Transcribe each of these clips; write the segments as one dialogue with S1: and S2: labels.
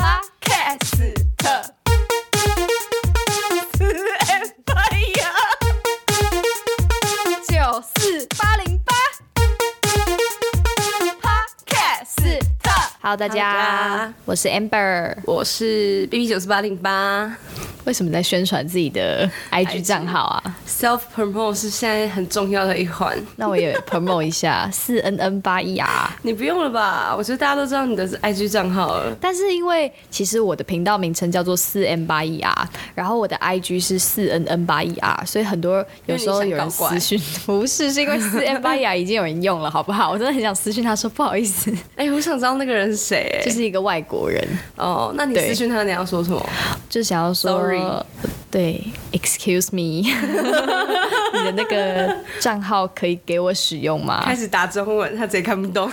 S1: 哎 Hello，大家，我是 Amber。
S2: 我是 B B 九四八零八
S1: 为什么在宣传自己的 IG 账号啊？
S2: ，self promote 是现在很重要的一环。
S1: 那我也 promo 一下四 N N 八一 R。
S2: 你不用了吧？我觉得大家都知道你的 IG 账号了。
S1: 但是因为其实我的频道名称叫做四 N 八一 R，然后我的 IG 是四 N N 八一 R，所以很多有时候有人私讯，不是是因为四 N 八一 R 已经有人用了，好不好？我真的很想私讯他说不好意 思，
S2: 哎、我想知道那个人是谁、哎
S1: 就是一个外国人，
S2: 哦，那你
S1: 对
S2: 私讯他，你要说什么？
S1: 就想要说
S2: Sorry
S1: 对，excuse me，你的那个账号可以给我使用吗？
S2: 开始打中文，他直接看不 懂。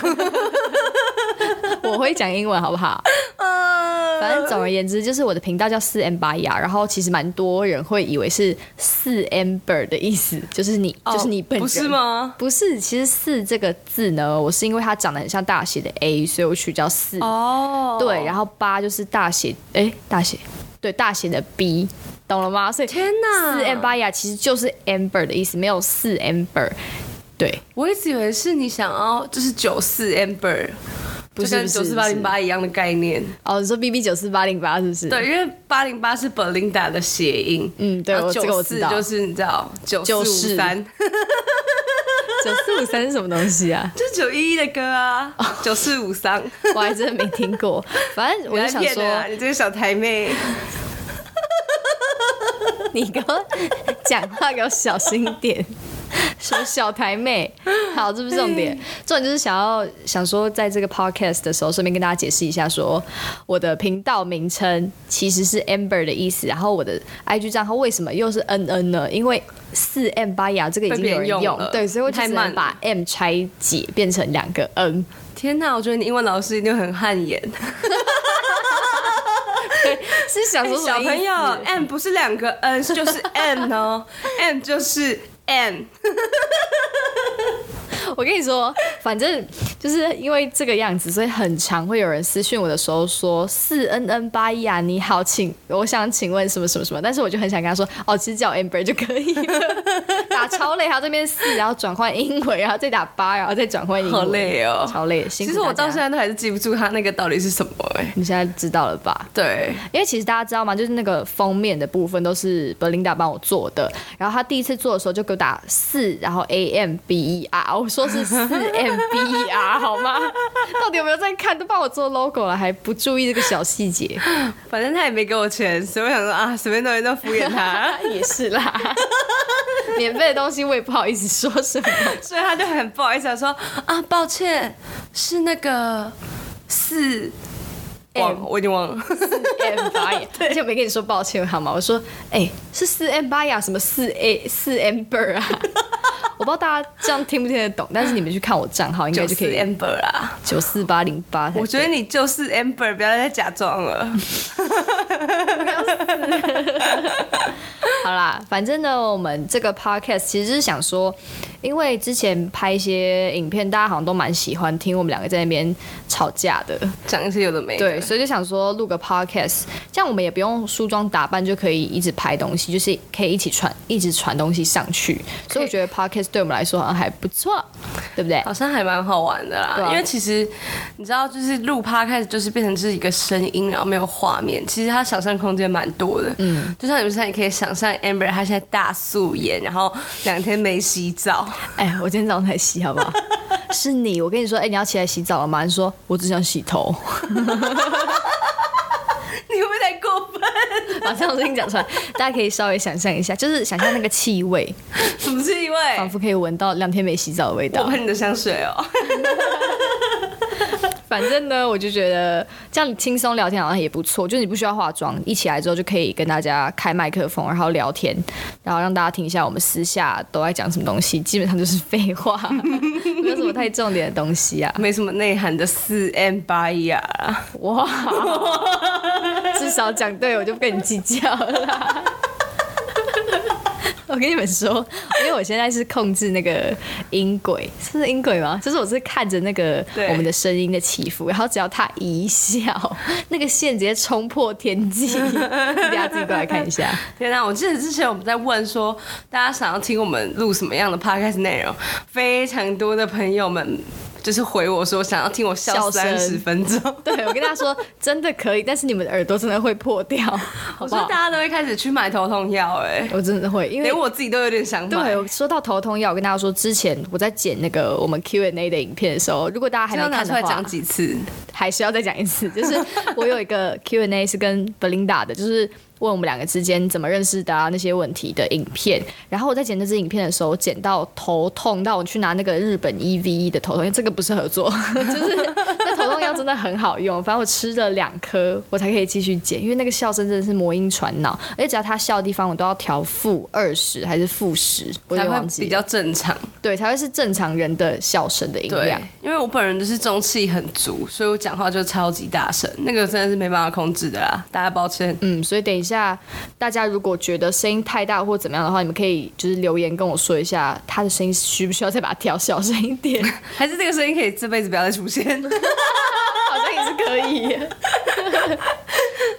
S1: 我会讲英文，好不好？
S2: 呃
S1: 反正总而言之，就是我的频道叫四 M 八一啊，然后其实蛮多人会以为是四 Amber 的意思，就是你，就是你本人，
S2: 哦不是？吗？
S1: 哦不是，其实四这个字呢，我是因为它长得很像大写的 A，所以我取叫四。
S2: 哦，
S1: 对，然后八就是大写，哎、大写，对，大写的 B，懂了吗？所以
S2: 天哪
S1: 四 M 八一啊，其实就是 Amber 的意思，没有四 Amber。对，
S2: 我一直以为是你想要就是九四 amber，
S1: 不
S2: 就是跟
S1: 不是
S2: 九四八零
S1: 不
S2: 八一样的概念。
S1: 哦，你说 B B 九四八零八是不是？，
S2: 对，因为八零八是 Belinda 的谐音。
S1: 嗯对我这个
S2: 九
S1: 我知
S2: 四
S1: 道
S2: 就是你知道九四
S1: 就
S2: 五
S1: 是
S2: 三，
S1: 九四五三是什么东西啊？
S2: 就是九一一的歌啊，九四五 三。
S1: 我还真的没听过。反正我就
S2: 你在
S1: 想
S2: 骗
S1: 说
S2: 人，啊，你这个小台妹，
S1: 你给我讲话给我小心点。 什么小台妹？好，这不是重
S2: 哎
S1: 点，重点就是想要想说，在这个 podcast 的时候，顺便跟大家解释一下说我的频道名称其实是 Amber 的意思，然后我的 IG 账号为什么又是 NN 呢？因为四 M 八雅这个已经有人
S2: 被别人用了
S1: 对，所以我就
S2: 太
S1: 只
S2: 慢
S1: 能
S2: 了
S1: 把 M 拆解变成两个 N。
S2: 天哪！我觉得你英文老师一定很汗颜。
S1: 是想说什
S2: 哎小
S1: 么意思
S2: 朋友，M 不是两个 N，就是 N 哦 ，M 就是 M。
S1: 我跟你说，反正就是因为这个样子，所以很常会有人私讯我的时候说四 N N 八一啊，你好，请我想请问什么什么什么，但是我就很想跟他说，哦，其实叫我 Amber 就可以了，打超累，还要这边四，然后转换英文，然后再打八，然后再转换英文，
S2: 好累哦
S1: 超累，辛
S2: 其
S1: 苦
S2: 实我到
S1: 大家
S2: 现在都还是记不住他那个到底是什么哎、
S1: 你现在知道了吧？
S2: 对，
S1: 因为其实大家知道吗？就是那个封面的部分都是 Belinda 帮我做的。然后她第一次做的时候就给我打四， 然后 A M B E R，我说是四 M B E R 好吗？ 到底有没有在看？都帮我做 logo 了，还不注意这个小细节，
S2: 反正他也没给我钱，所以我想说啊，随便弄一弄敷衍 他，
S1: 也是啦。免费的东西我也不好意思说什么。
S2: 所以他就很不好意思地说啊，抱歉，是那个四。忘了
S1: M
S2: 我已经忘了，
S1: M 八呀，而且我没跟你说抱歉好吗？我说，哎、是四 M 八呀，什么四 A 四 Amber 啊？ 我不知道大家这样听不听得懂，但是你们去看我账号应该
S2: 九
S1: 就
S2: 四
S1: 可以
S2: amber 啊啦。
S1: 九四八零八，
S2: 我觉得你就是 amber，不要再假装了。
S1: 好啦，反正呢，我们这个 podcast 其实是想说，因为之前拍一些影片，大家好像都蛮喜欢听我们两个在那边吵架的，
S2: 讲一些有的没的。
S1: 对，所以就想说录个 podcast，这样我们也不用梳妆打扮就可以一直拍东西，就是可以一起传一直传东西上去，所以我觉得 podcast 对我们来说好像还不错，对不对？
S2: 好像还蛮好玩的啦，
S1: 对啊
S2: 因为其实你知道，就是录趴开始就是变成是一个声音，然后没有画面，其实它想象空间蛮多的。嗯，就像你们现在也可以想象 Amber 她现在大素颜，然后两天没洗澡，
S1: 哎，我今天早上才洗，好不好？ 是你，我跟你说，哎、你要起来洗澡了吗？你说我只想洗头。
S2: 你会不会太过分？
S1: 把这种事情讲出来，大家可以稍微想象一下，就是想象那个气 味，
S2: 什么是因为
S1: 仿佛可以闻到两天没洗澡的味
S2: 我
S1: 道。
S2: 喷你的香水 哦？
S1: 反正呢，我就觉得这样轻松聊天好像也不错，就是你不需要化妆，一起来之后就可以跟大家开麦克风，然后聊天，然后让大家听一下我们私下都在讲什么东西，基本上就是废话， 没有什么太重点的东西啊。
S2: 没什么内涵的四 M 八一啊，
S1: 哇，至少讲对，我就不跟你计较了啦。 我跟你们说，因为我现在是控制那个音轨，是不是音轨吗？就是我是看着那个
S2: 对
S1: 我们的声音的起伏，然后只要它一笑， 那个线直接冲破天 际。大家自己过来看一下，
S2: 天哪、我记得之前我们在问说，大家想要听我们录什么样的 podcast 内容，非常多的朋友们。就是回我说想要听我笑
S1: 笑声
S2: 三十 分钟。
S1: 对我跟大家说，真的可以，但是你们的耳朵真的会破 掉，好
S2: 我
S1: 不
S2: 说
S1: 好
S2: 大？家都会开始去买头痛药、哎，
S1: 我真的会，因为
S2: 连我自己都有点想买。
S1: 对，说到头痛药，我跟大家说，之前我在剪那个我们 Q&A 的影片的时候，如果大家还
S2: 这要
S1: 没
S2: 拿
S1: 看
S2: 出
S1: 的
S2: 来
S1: 话
S2: 讲，几次？
S1: 还是要再讲一次。 就是我有一个 Q&A 是跟 Belinda 的，就是问我们两个之间怎么认识的啊那些问题的影片。然后我在剪这支影片的时候，我剪到头痛到我去拿那个日本 EVE 的头痛药，因为这个不是合作， 就是那头痛药真的很好用。反正我吃了两颗，我才可以继续剪，因为那个笑声真的是魔音传脑，而且只要他笑的地方，我都要调负二十还是负十，我有
S2: 才
S1: 点
S2: 会
S1: 忘记
S2: 比
S1: 了。
S2: 较正常。
S1: 对，才会是正常人的笑声的音
S2: 对
S1: 量。，
S2: 因为我本人就是中气很足，所以我讲话就超级大声，那个真的是没办法控制的啦，大家抱歉。
S1: 嗯，所以等一下，大家如果觉得声音太大或怎么样的话，你们可以就是留言跟我说一下，他的声音需不需要再把它调小声一 点？
S2: 还是这个声音可以这辈子不要再出现，
S1: 好像也是可以耶。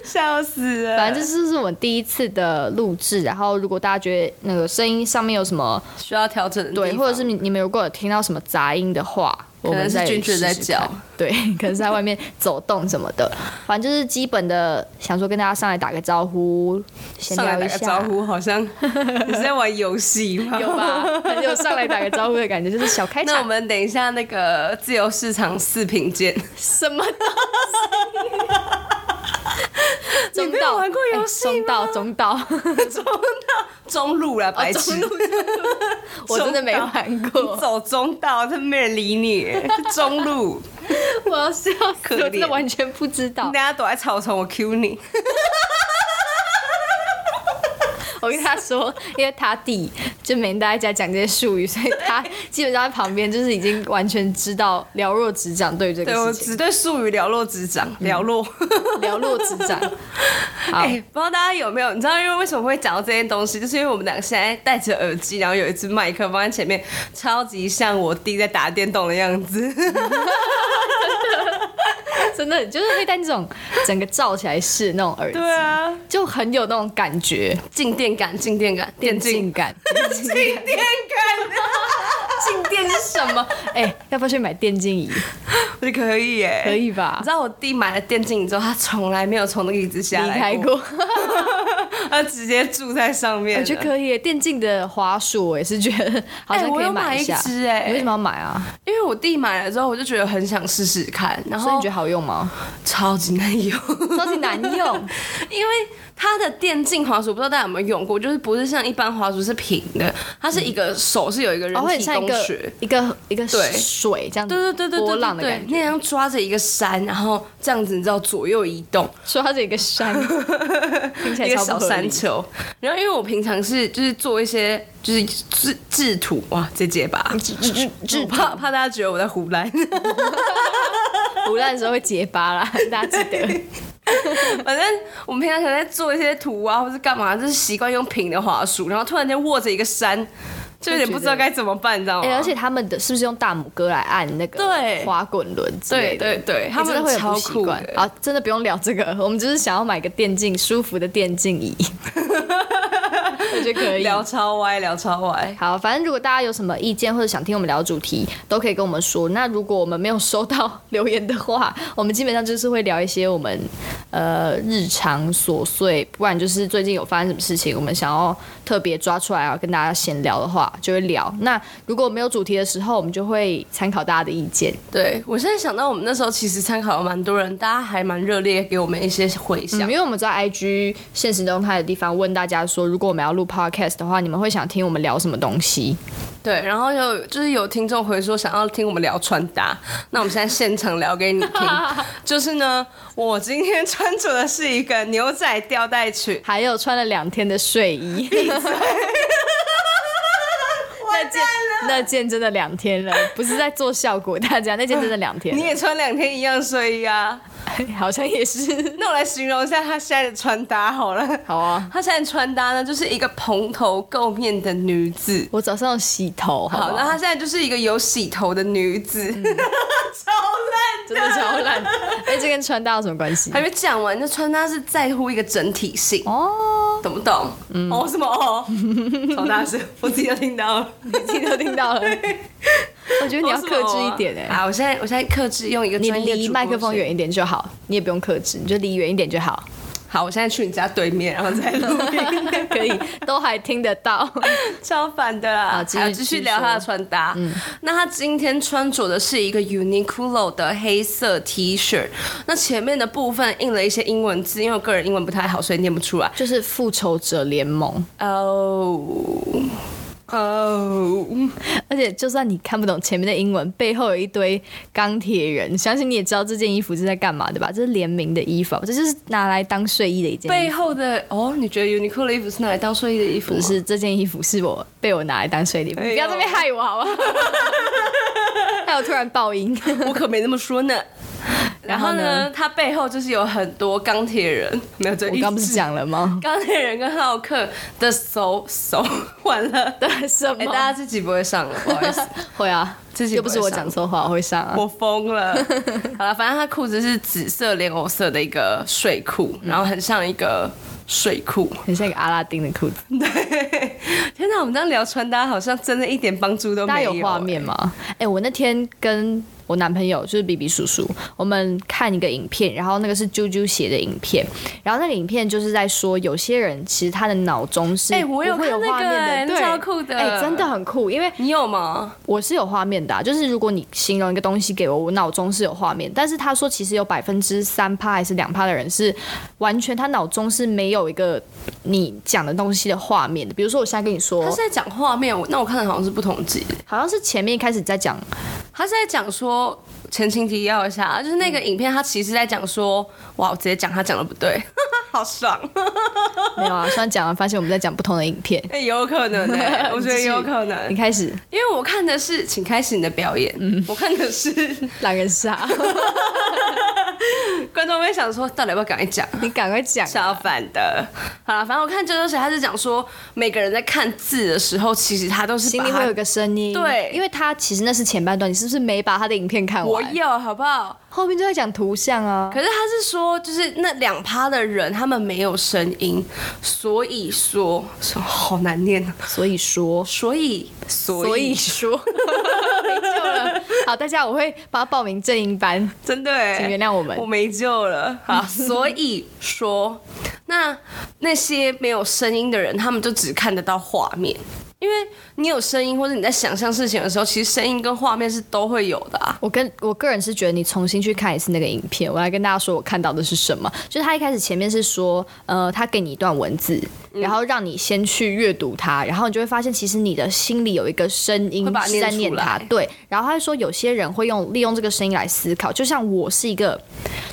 S2: 笑死了。
S1: 反正这是我们第一次的录制，然后如果大家觉得那个声音上面有什么
S2: 需要调整的地方
S1: 对，或者是你你们如果有听到什么杂音的话，我
S2: 能
S1: 们
S2: 是
S1: 再
S2: 君
S1: 试
S2: 君在
S1: 试
S2: 叫
S1: 看， 对，可能是在外面走动什么的，反正就是基本的，想说跟大家上来打个招呼，闲
S2: 上来
S1: 聊
S2: 打
S1: 一
S2: 个
S1: 下，
S2: 招呼，好像你是在玩游戏吗？
S1: 有吧？很有上来打个招呼的感觉，就是小 开场。
S2: 那我们等一下那个自由市场四品见。
S1: 什么东啊西？
S2: 你没有玩过游戏吗
S1: 哎中道，中道，
S2: 中道中路啦，白痴，
S1: 哦中路，我真的没玩过，
S2: 走中道，这没人理你，是 中路，
S1: 我要笑死，
S2: 可
S1: 我真的
S2: 怜
S1: 完全不知道
S2: 大。家躲在草丛，我 Q 你，
S1: 我跟他说，因为他弟就每天都在家讲这些术语，所以 他基本上在旁边就是已经完全知道了若指掌对于这
S2: 对我
S1: 个事情，嗯
S2: 只对术语了若指掌，了若。
S1: 了若指 掌。好，
S2: 哎、不知道大家有没有？你知道，因为为什么会讲到这些东西，就是因为我们两个现在戴着耳机，然后有一只麦克放在前面，超级像我弟在打电动的样子。
S1: 真的就是会戴那种整个罩起来式那种耳机，
S2: 对啊，
S1: 就很有那种感觉，
S2: 静电感，静电感，电
S1: 电
S2: 竞
S1: 竞，感。
S2: 静电感，
S1: 静电是什么？哎、要不要去买电竞椅？
S2: 我觉得可以啊耶，
S1: 可以吧
S2: 你知道我弟买了电竞椅之后，他从来没有从那个椅子下
S1: 离
S2: 来
S1: 开过，
S2: 他直接住在上面了。
S1: 我觉得可以耶。电竞的滑鼠我也是觉得好像可以一下。
S2: 哎我有买一只哎
S1: 你为什么要买啊？
S2: 因为我弟买了之后，我就觉得很想试试看，然
S1: 所以
S2: 后
S1: 你觉得好用吗？
S2: 超级难用，
S1: 超级难用，
S2: 因为它的电竞滑鼠不知道大家有没有用过，就是不是像一般滑鼠是平的，它是一个手是有一个人
S1: 然后哦很
S2: 体
S1: 像一
S2: 工
S1: 个
S2: 学。
S1: 一个一个
S2: 对
S1: 水这样子，
S2: 对对对对
S1: 波
S2: 对
S1: 浪
S2: 对
S1: 的感
S2: 对，
S1: 觉，
S2: 那样抓着一个山，然后这样子你知道左右移动，
S1: 说它是一个山，听起
S2: 一
S1: 来
S2: 个
S1: 超
S2: 小
S1: 不合
S2: 山
S1: 理。
S2: 丘。然后因为我平常是就是做一些就是制制图哇，这结巴，
S1: 制
S2: 我怕怕大家觉得我在胡来，
S1: 胡乱的时候会结巴啦，大家记得。
S2: 反正我们平常想在做一些图啊，或是干嘛，就是习惯用平的滑鼠，然后突然间握着一个山，就有点不知道该怎么办，你知道吗？
S1: 哎、而且他们的是不是用大拇哥来按那个
S2: 对
S1: 滑滚轮之类
S2: 对
S1: 的？
S2: 对对，他
S1: 他们
S2: 们
S1: 会很
S2: 超
S1: 不习
S2: 酷
S1: 惯
S2: 的。
S1: 啊！真的不用聊这个，我们只是想要买个电竞舒服的电竞椅，我觉得可以。
S2: 聊超歪，聊超歪，
S1: 好，反正如果大家有什么意见或者想听我们聊主题，都可以跟我们说。那如果我们没有收到留言的话，我们基本上就是会聊一些我们呃日常琐碎，不然就是最近有发生什么事情，我们想要特别抓出来啊跟大家闲聊的话，就会聊。那如果没有主题的时候，我们就会参考大家的意见。
S2: 对我现在想到我们那时候其实参考了蛮多人，大家还蛮热烈给我们一些回
S1: 嗯
S2: 响。
S1: 因为我们在 IG 现实动态的地方问大家说，如果我们要录 podcast 的话，你们会想听我们聊什么东西？
S2: 对，然后有就是有听众回说想要听我们聊穿搭，那我们现在现场聊给你 听。就是呢，我今天穿着的是一个牛仔吊带裙，
S1: 还有穿了两天的睡衣， 那件那件真的两天了，不是在做效果，大家那件真的两天
S2: 你也穿两天一样睡衣啊？
S1: 了，好像也是。
S2: 那我来形容一下她现在的穿搭好了。
S1: 好啊，
S2: 她现在穿搭呢，就是一个蓬头垢面的女子。
S1: 我早上有洗头，好啊
S2: 好，
S1: 不
S2: 那
S1: 好？
S2: 她现在就是一个有洗头的女子， 超烂
S1: 真的超烂，哎，这跟穿搭有什么关系
S2: 还？没讲完，就穿搭是在乎一个整体性，
S1: 哦，
S2: 懂不懂？ 哦什么哦，超大声，我自己都听到了。哦
S1: 你自己都听到了。 我觉得你要克制一点哎、
S2: 啊！我现在我现在克制用一个
S1: 你
S2: 专业的
S1: 离
S2: 主
S1: 麦
S2: 播
S1: 克风
S2: 身
S1: 远一点就好，你也不用克制，你就离远一点就 好，
S2: 好，我现在去你家对面，然后再录音，
S1: 可以，都还听得 到。
S2: 超烦的啦。
S1: 好继续
S2: 还有继续聊
S1: 继续
S2: 他的穿搭。那他今天穿着的是一个 Uniqlo 的黑色 T 恤，那前面的部分印了一些英文字，因为我个人英文不太好，所以念不出来。
S1: 就是复仇者联盟，
S2: 哦哦，
S1: 而且就算你看不懂前面的英文，背后有一堆钢铁人，相信你也知道这件衣服是在干嘛的吧？这是联名的衣服，这就是拿来当睡衣的一件衣
S2: 背
S1: 服。
S2: 后的哦，你觉得 Uniqlo 的衣服是拿来当睡衣的衣服吗
S1: 不是这件衣服是我被我拿来当睡衣的衣服，
S2: 哎呦
S1: 你不要这边害我好不好？ 害我突然爆音。
S2: 我可没那么说呢。 然后
S1: 后呢
S2: 呢，他背后就是有很多钢铁人，没有这
S1: 我
S2: 一
S1: 刚不是
S2: 只
S1: 讲了吗？
S2: 钢铁人跟浩克的手手完了。
S1: 对，什么？
S2: 哎、大家自己不会上了，不好意 思，
S1: 会啊，
S2: 自己
S1: 又不是
S2: 不会
S1: 我
S2: 上
S1: 讲错话，我会上啊。
S2: 我疯了。好了，反正他裤子是紫色莲藕色的一个睡裤，然后很像一个睡裤。
S1: 很像一个阿拉丁的裤子，
S2: 对，天哪，我们这样聊穿搭好像真的一点帮助都
S1: 大家
S2: 没
S1: 有画面吗？哎、我那天跟我男朋友就是比比叔叔，我们看一个影片，然后那个是啾啾鞋的影片，然后那个影片就是在说有些人其实他的脑中是
S2: 哎我有
S1: 不会有
S2: 看那
S1: 画
S2: 个哎
S1: 面的，
S2: 那
S1: 对，
S2: 超酷的
S1: 哎、真的很酷，因为
S2: 你有吗？
S1: 我是有画面的、啊，就是如果你形容一个东西给我，我脑中是有画面。但是他说，其实有百分之三趴还是两趴的人是完全他脑中是没有一个你讲的东西的画面的。比如说，我现在跟你说
S2: 他，是在讲画面，我那我看的好像是不同集的。
S1: 好像是前面一开始在讲
S2: 他是在讲说，前情提要一下，就是那个影片，他其实在讲说，哇，我直接讲他讲的不对， 好爽，
S1: 没有啊，虽然讲完发现我们在讲不同的影片，
S2: 哎、有可能、欸，我觉得有可能
S1: 你，开始
S2: 因为我看的是，请开始你的表演，
S1: 嗯
S2: 我看的是，
S1: 狼人杀，
S2: 观众会想说，到底要不要赶快讲？
S1: 你赶快讲。
S2: 相反的，好了，反正我看《这就是他是讲说，每个人在看字的时候，其实他都是
S1: 心
S2: 把
S1: 里
S2: 他
S1: 会有个声音，
S2: 对
S1: 因为他其实那是前半段，你是不是没把他的影片看
S2: 我
S1: 完？
S2: 有好不好？
S1: 后面就在讲图像啊，
S2: 可是他是说，就是那两趴的人，他们没有声音，所以说，说好难念啊。
S1: 所以说，
S2: 所以，所
S1: 所以说， 没救了。好，大家我会帮他报名正音班，
S2: 真的欸，
S1: 请原谅我们
S2: 我没救了。好，所以说，那那些没有声音的人，他们就只看得到画面，因为你有声音或者你在想象事情的时候，其实声音跟画面是都会有的啊。
S1: 我跟我个人是觉得，你重新去看一次那个影片，我来跟大家说我看到的是什么。就是他一开始前面是说，呃，他给你一段文字，
S2: 嗯
S1: 然后让你先去阅读它，然后你就会发现，其实你的心里有一个声音
S2: 会把它
S1: 是在
S2: 念
S1: 念
S2: 出
S1: 它
S2: 来。
S1: 对，然后他说有些人会用利用这个声音来思考，就像我是一个，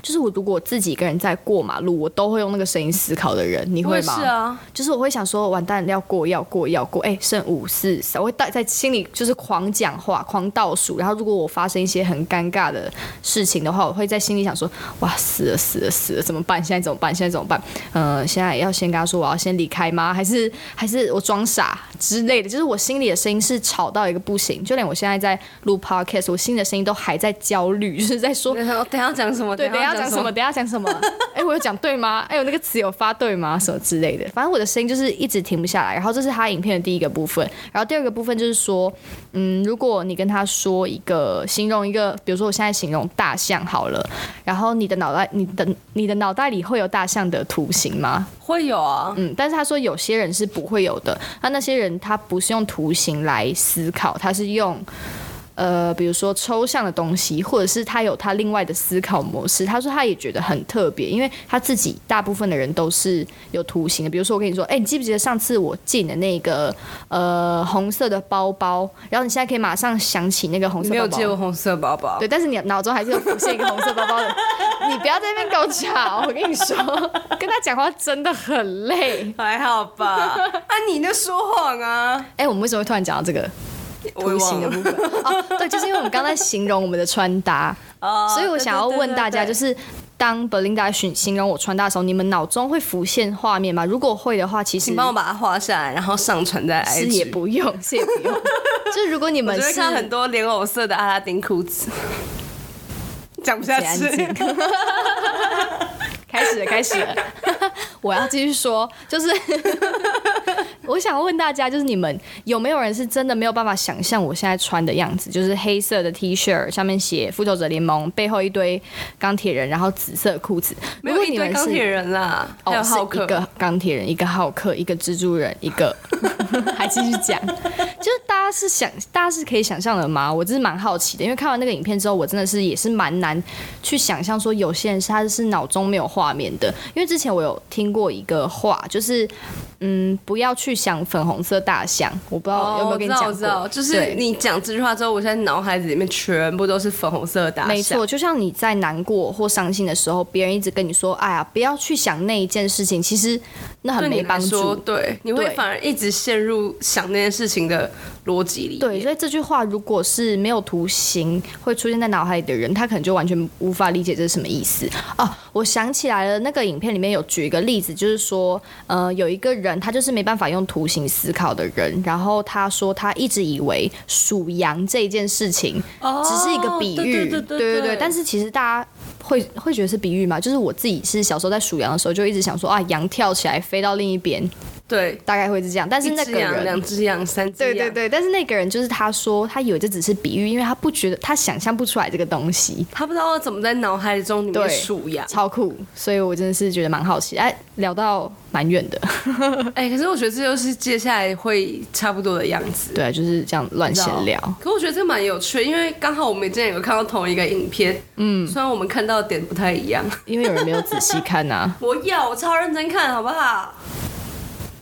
S1: 就是我如果自己一个人在过马路，我都会用那个声音思考的人，你
S2: 我
S1: 会
S2: 也
S1: 吗？
S2: 是啊，
S1: 就是我会想说，完蛋，要过，要过，要过，哎、剩五四三，我会在在心里就是狂讲话，狂倒数。然后如果我发生一些很尴尬的事情的话，我会在心里想说，哇，死了，死了，死了，怎么办？现在怎么办？现在怎么办？呃，现在要先跟他说我要先离开吗？还是还是我装傻之类的？就是我心里的声音是吵到一个不行，就连我现在在录 podcast，我心里的声音都还在焦虑，就是在说
S2: 然后啊等一下讲什么？
S1: 对，等一下讲什么？？等一下讲什 么？哎、我有讲对吗？哎、我那个词有发对吗？什么之类的。反正我的声音就是一直停不下来。然后这是他影片的第一个部分，然后第二个部分就是说，嗯，如果你跟他说一个形容一个，比如说我现在形容大象好了，然后你的脑袋，你的你的脑袋里会有大象的图形吗？
S2: 会有啊，
S1: 嗯，但是他说有些人是不会有的，那那些人他不是用图形来思考，他是用。呃，比如说抽象的东西，或者是他有他另外的思考模式。他说他也觉得很特别，因为他自己大部分的人都是有图形的。比如说我跟你说，哎、你记不记得上次我进的那个呃红色的包包？然后你现在可以马上想起那个红色
S2: 没
S1: 包
S2: 有
S1: 包。
S2: 借过红色包包。
S1: 对，但是你脑中还是有浮现一个红色包包的。 你不要在那边给我吵，我跟你说，跟他讲话真的很累。
S2: 还好吧？ 啊，你在说谎啊！
S1: 哎、我们为什么会突然讲到这个
S2: 我
S1: 图
S2: 也
S1: 形
S2: 忘
S1: 的部
S2: 了
S1: 分？哦，对，就是因为我们刚才形容我们的穿搭，
S2: 哦
S1: 所以我想要问大家，
S2: 对对对对对
S1: 就是当 Belinda 形形容我穿搭的时候，你们脑中会浮现画面吗？如果会的话，其实
S2: 请帮我把它画下来，然后上传在 IG。
S1: 是也不用，是也不用。 就是如果你
S2: 我
S1: 们
S2: 就会
S1: 是
S2: 看到很多莲藕色的阿拉丁裤子， 讲不下
S1: 安
S2: 去。
S1: 静。 开始了，开始了。我要继续说，就是 我想问大家，就是你们有没有人是真的没有办法想象我现在穿的样子？就是黑色的 T 恤，上面写“复仇者联盟”，背后一堆钢铁人，然后紫色裤子。
S2: 没
S1: 如
S2: 有
S1: 果
S2: 一
S1: 你
S2: 堆
S1: 们
S2: 钢铁
S1: 是
S2: 人啦，还有
S1: 哦，是
S2: 浩
S1: 一
S2: 克，
S1: 个钢铁人，一个浩克，一个蜘蛛人，一 个还继续讲， 就是大家是想，大家是可以想象的吗？我真是蛮好奇的，因为看完那个影片之后，我真的是也是蛮难去想象说有些人是他是脑中没有画面的，因为之前我有听过一个话，就是嗯，不要去想粉红色大象，我不知哦道有没有跟你讲过，
S2: 哦我知道，我知道，就
S1: 对
S2: 是你讲这句话之后，我现在脑海子里面全部都是粉红色的大象。
S1: 没错，就像你在难过或伤心的时候，别人一直跟你说：“哎呀，不要去想那一件事情。”其实那很
S2: 对你
S1: 没
S2: 来
S1: 帮助
S2: 说，。对，你会
S1: 对
S2: 反而一直陷入想那件事情的逻辑里。
S1: 对，，所以这句话如果是没有图形会出现在脑海里的人，他可能就完全无法理解这是什么意思哦。我想起来了，那个影片里面有举一个例子，就是说，呃，有一个人他就是没办法用图形思考的人，然后他说他一直以为数羊这一件事情只是一个比喻，
S2: 哦对对对
S1: 对
S2: 对
S1: 但是其实大家。会会觉得是比喻吗？就是我自己是小时候在数羊的时候，就一直想说啊，羊跳起来飞到另一边，
S2: 对，
S1: 大概会是这样。但是
S2: 一
S1: 那
S2: 只
S1: 个
S2: 羊、
S1: 人
S2: 两只羊、三只
S1: 对
S2: 羊，
S1: 对对，但是那个人就是他说，他以为这只是比喻，因为他不觉得他想象不出来这个东西，
S2: 他不知道怎么在脑海中里面
S1: 对
S2: 数羊。
S1: 超酷，所以我真的是觉得蛮好奇。哎，聊到蛮远的，
S2: 哎、可是我觉得这就是接下来会差不多的样子。
S1: 对，就是这样乱闲聊。
S2: 可我觉得这蛮有趣的，因为刚好我们之前有看到同一个影片，嗯，虽然我们看到的点不太一样。
S1: 因为有人没有仔细看啊呐、
S2: 我要，我超认真看，好不好？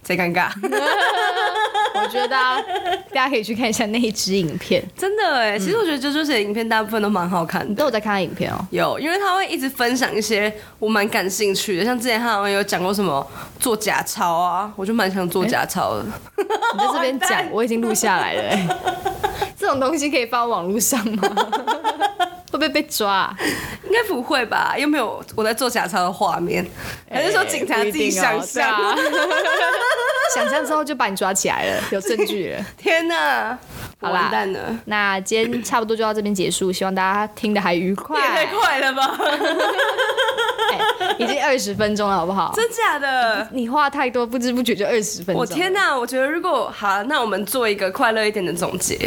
S2: 贼尴尬，
S1: 我觉得大家大家可以去看一下那一支影片，
S2: 真的哎。其实我觉得啾啾姐的影片大部分都蛮好看
S1: 你
S2: 的，
S1: 都有在看他影片 哦。
S2: 有，因为他会一直分享一些我蛮感兴趣的，像之前他好像有讲过什么做假钞啊，我就蛮想做假钞的。
S1: 你在这边讲，我已经录下来了、 哎这种东西可以放网络上吗？会不会被抓啊、
S2: 应该不会吧？又没有我在做假钞的画面，还是说警察自己想象？
S1: 哎不一定 哦对啊想象之后就把你抓起来了，有证据了。
S2: 天哪，
S1: 好啦
S2: 完蛋了，
S1: 那今天差不多就到这边结束，希望大家听得还愉快。
S2: 也太快了吧？
S1: 哎已经二十分钟了，好不好？
S2: 真假的？
S1: 你话太多，不知不觉就二十分钟。
S2: 我天！哪！我觉得如果好，那我们做一个快乐一点的总结，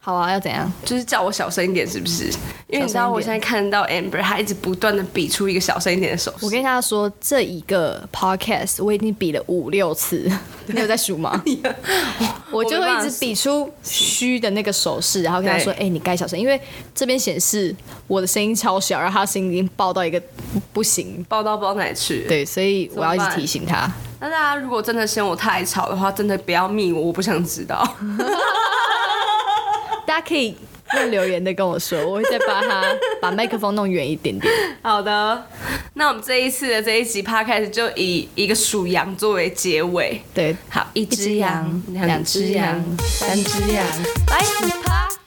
S1: 好啊，要怎样？
S2: 就是叫我小声一点，是不是？因为你知道我现在看到 Amber，她一直不断的比出一个小声一点的手势
S1: 我。跟大家说，这一个 podcast 我已经比了五六次， 你有在数吗？我就会一直比出虚的那个手势，然后跟他说：“哎、你该小声，因为这边显示我的声音超小，然后他的声音已经爆到一个不行。
S2: 报到报哪里去？
S1: 对，所以我要一直
S2: 怎么办
S1: 提醒他。
S2: 那大家如果真的嫌我太吵的话，真的不要密我，我不想知 道。
S1: 大家可以用留言的跟我说，我会再把它把麦克风弄远一点点。
S2: 好的，那我们这一次的这一集 podcast 就以一个属羊作为结尾。
S1: 对，
S2: 好，一只羊，两只羊，三只羊，拜拜。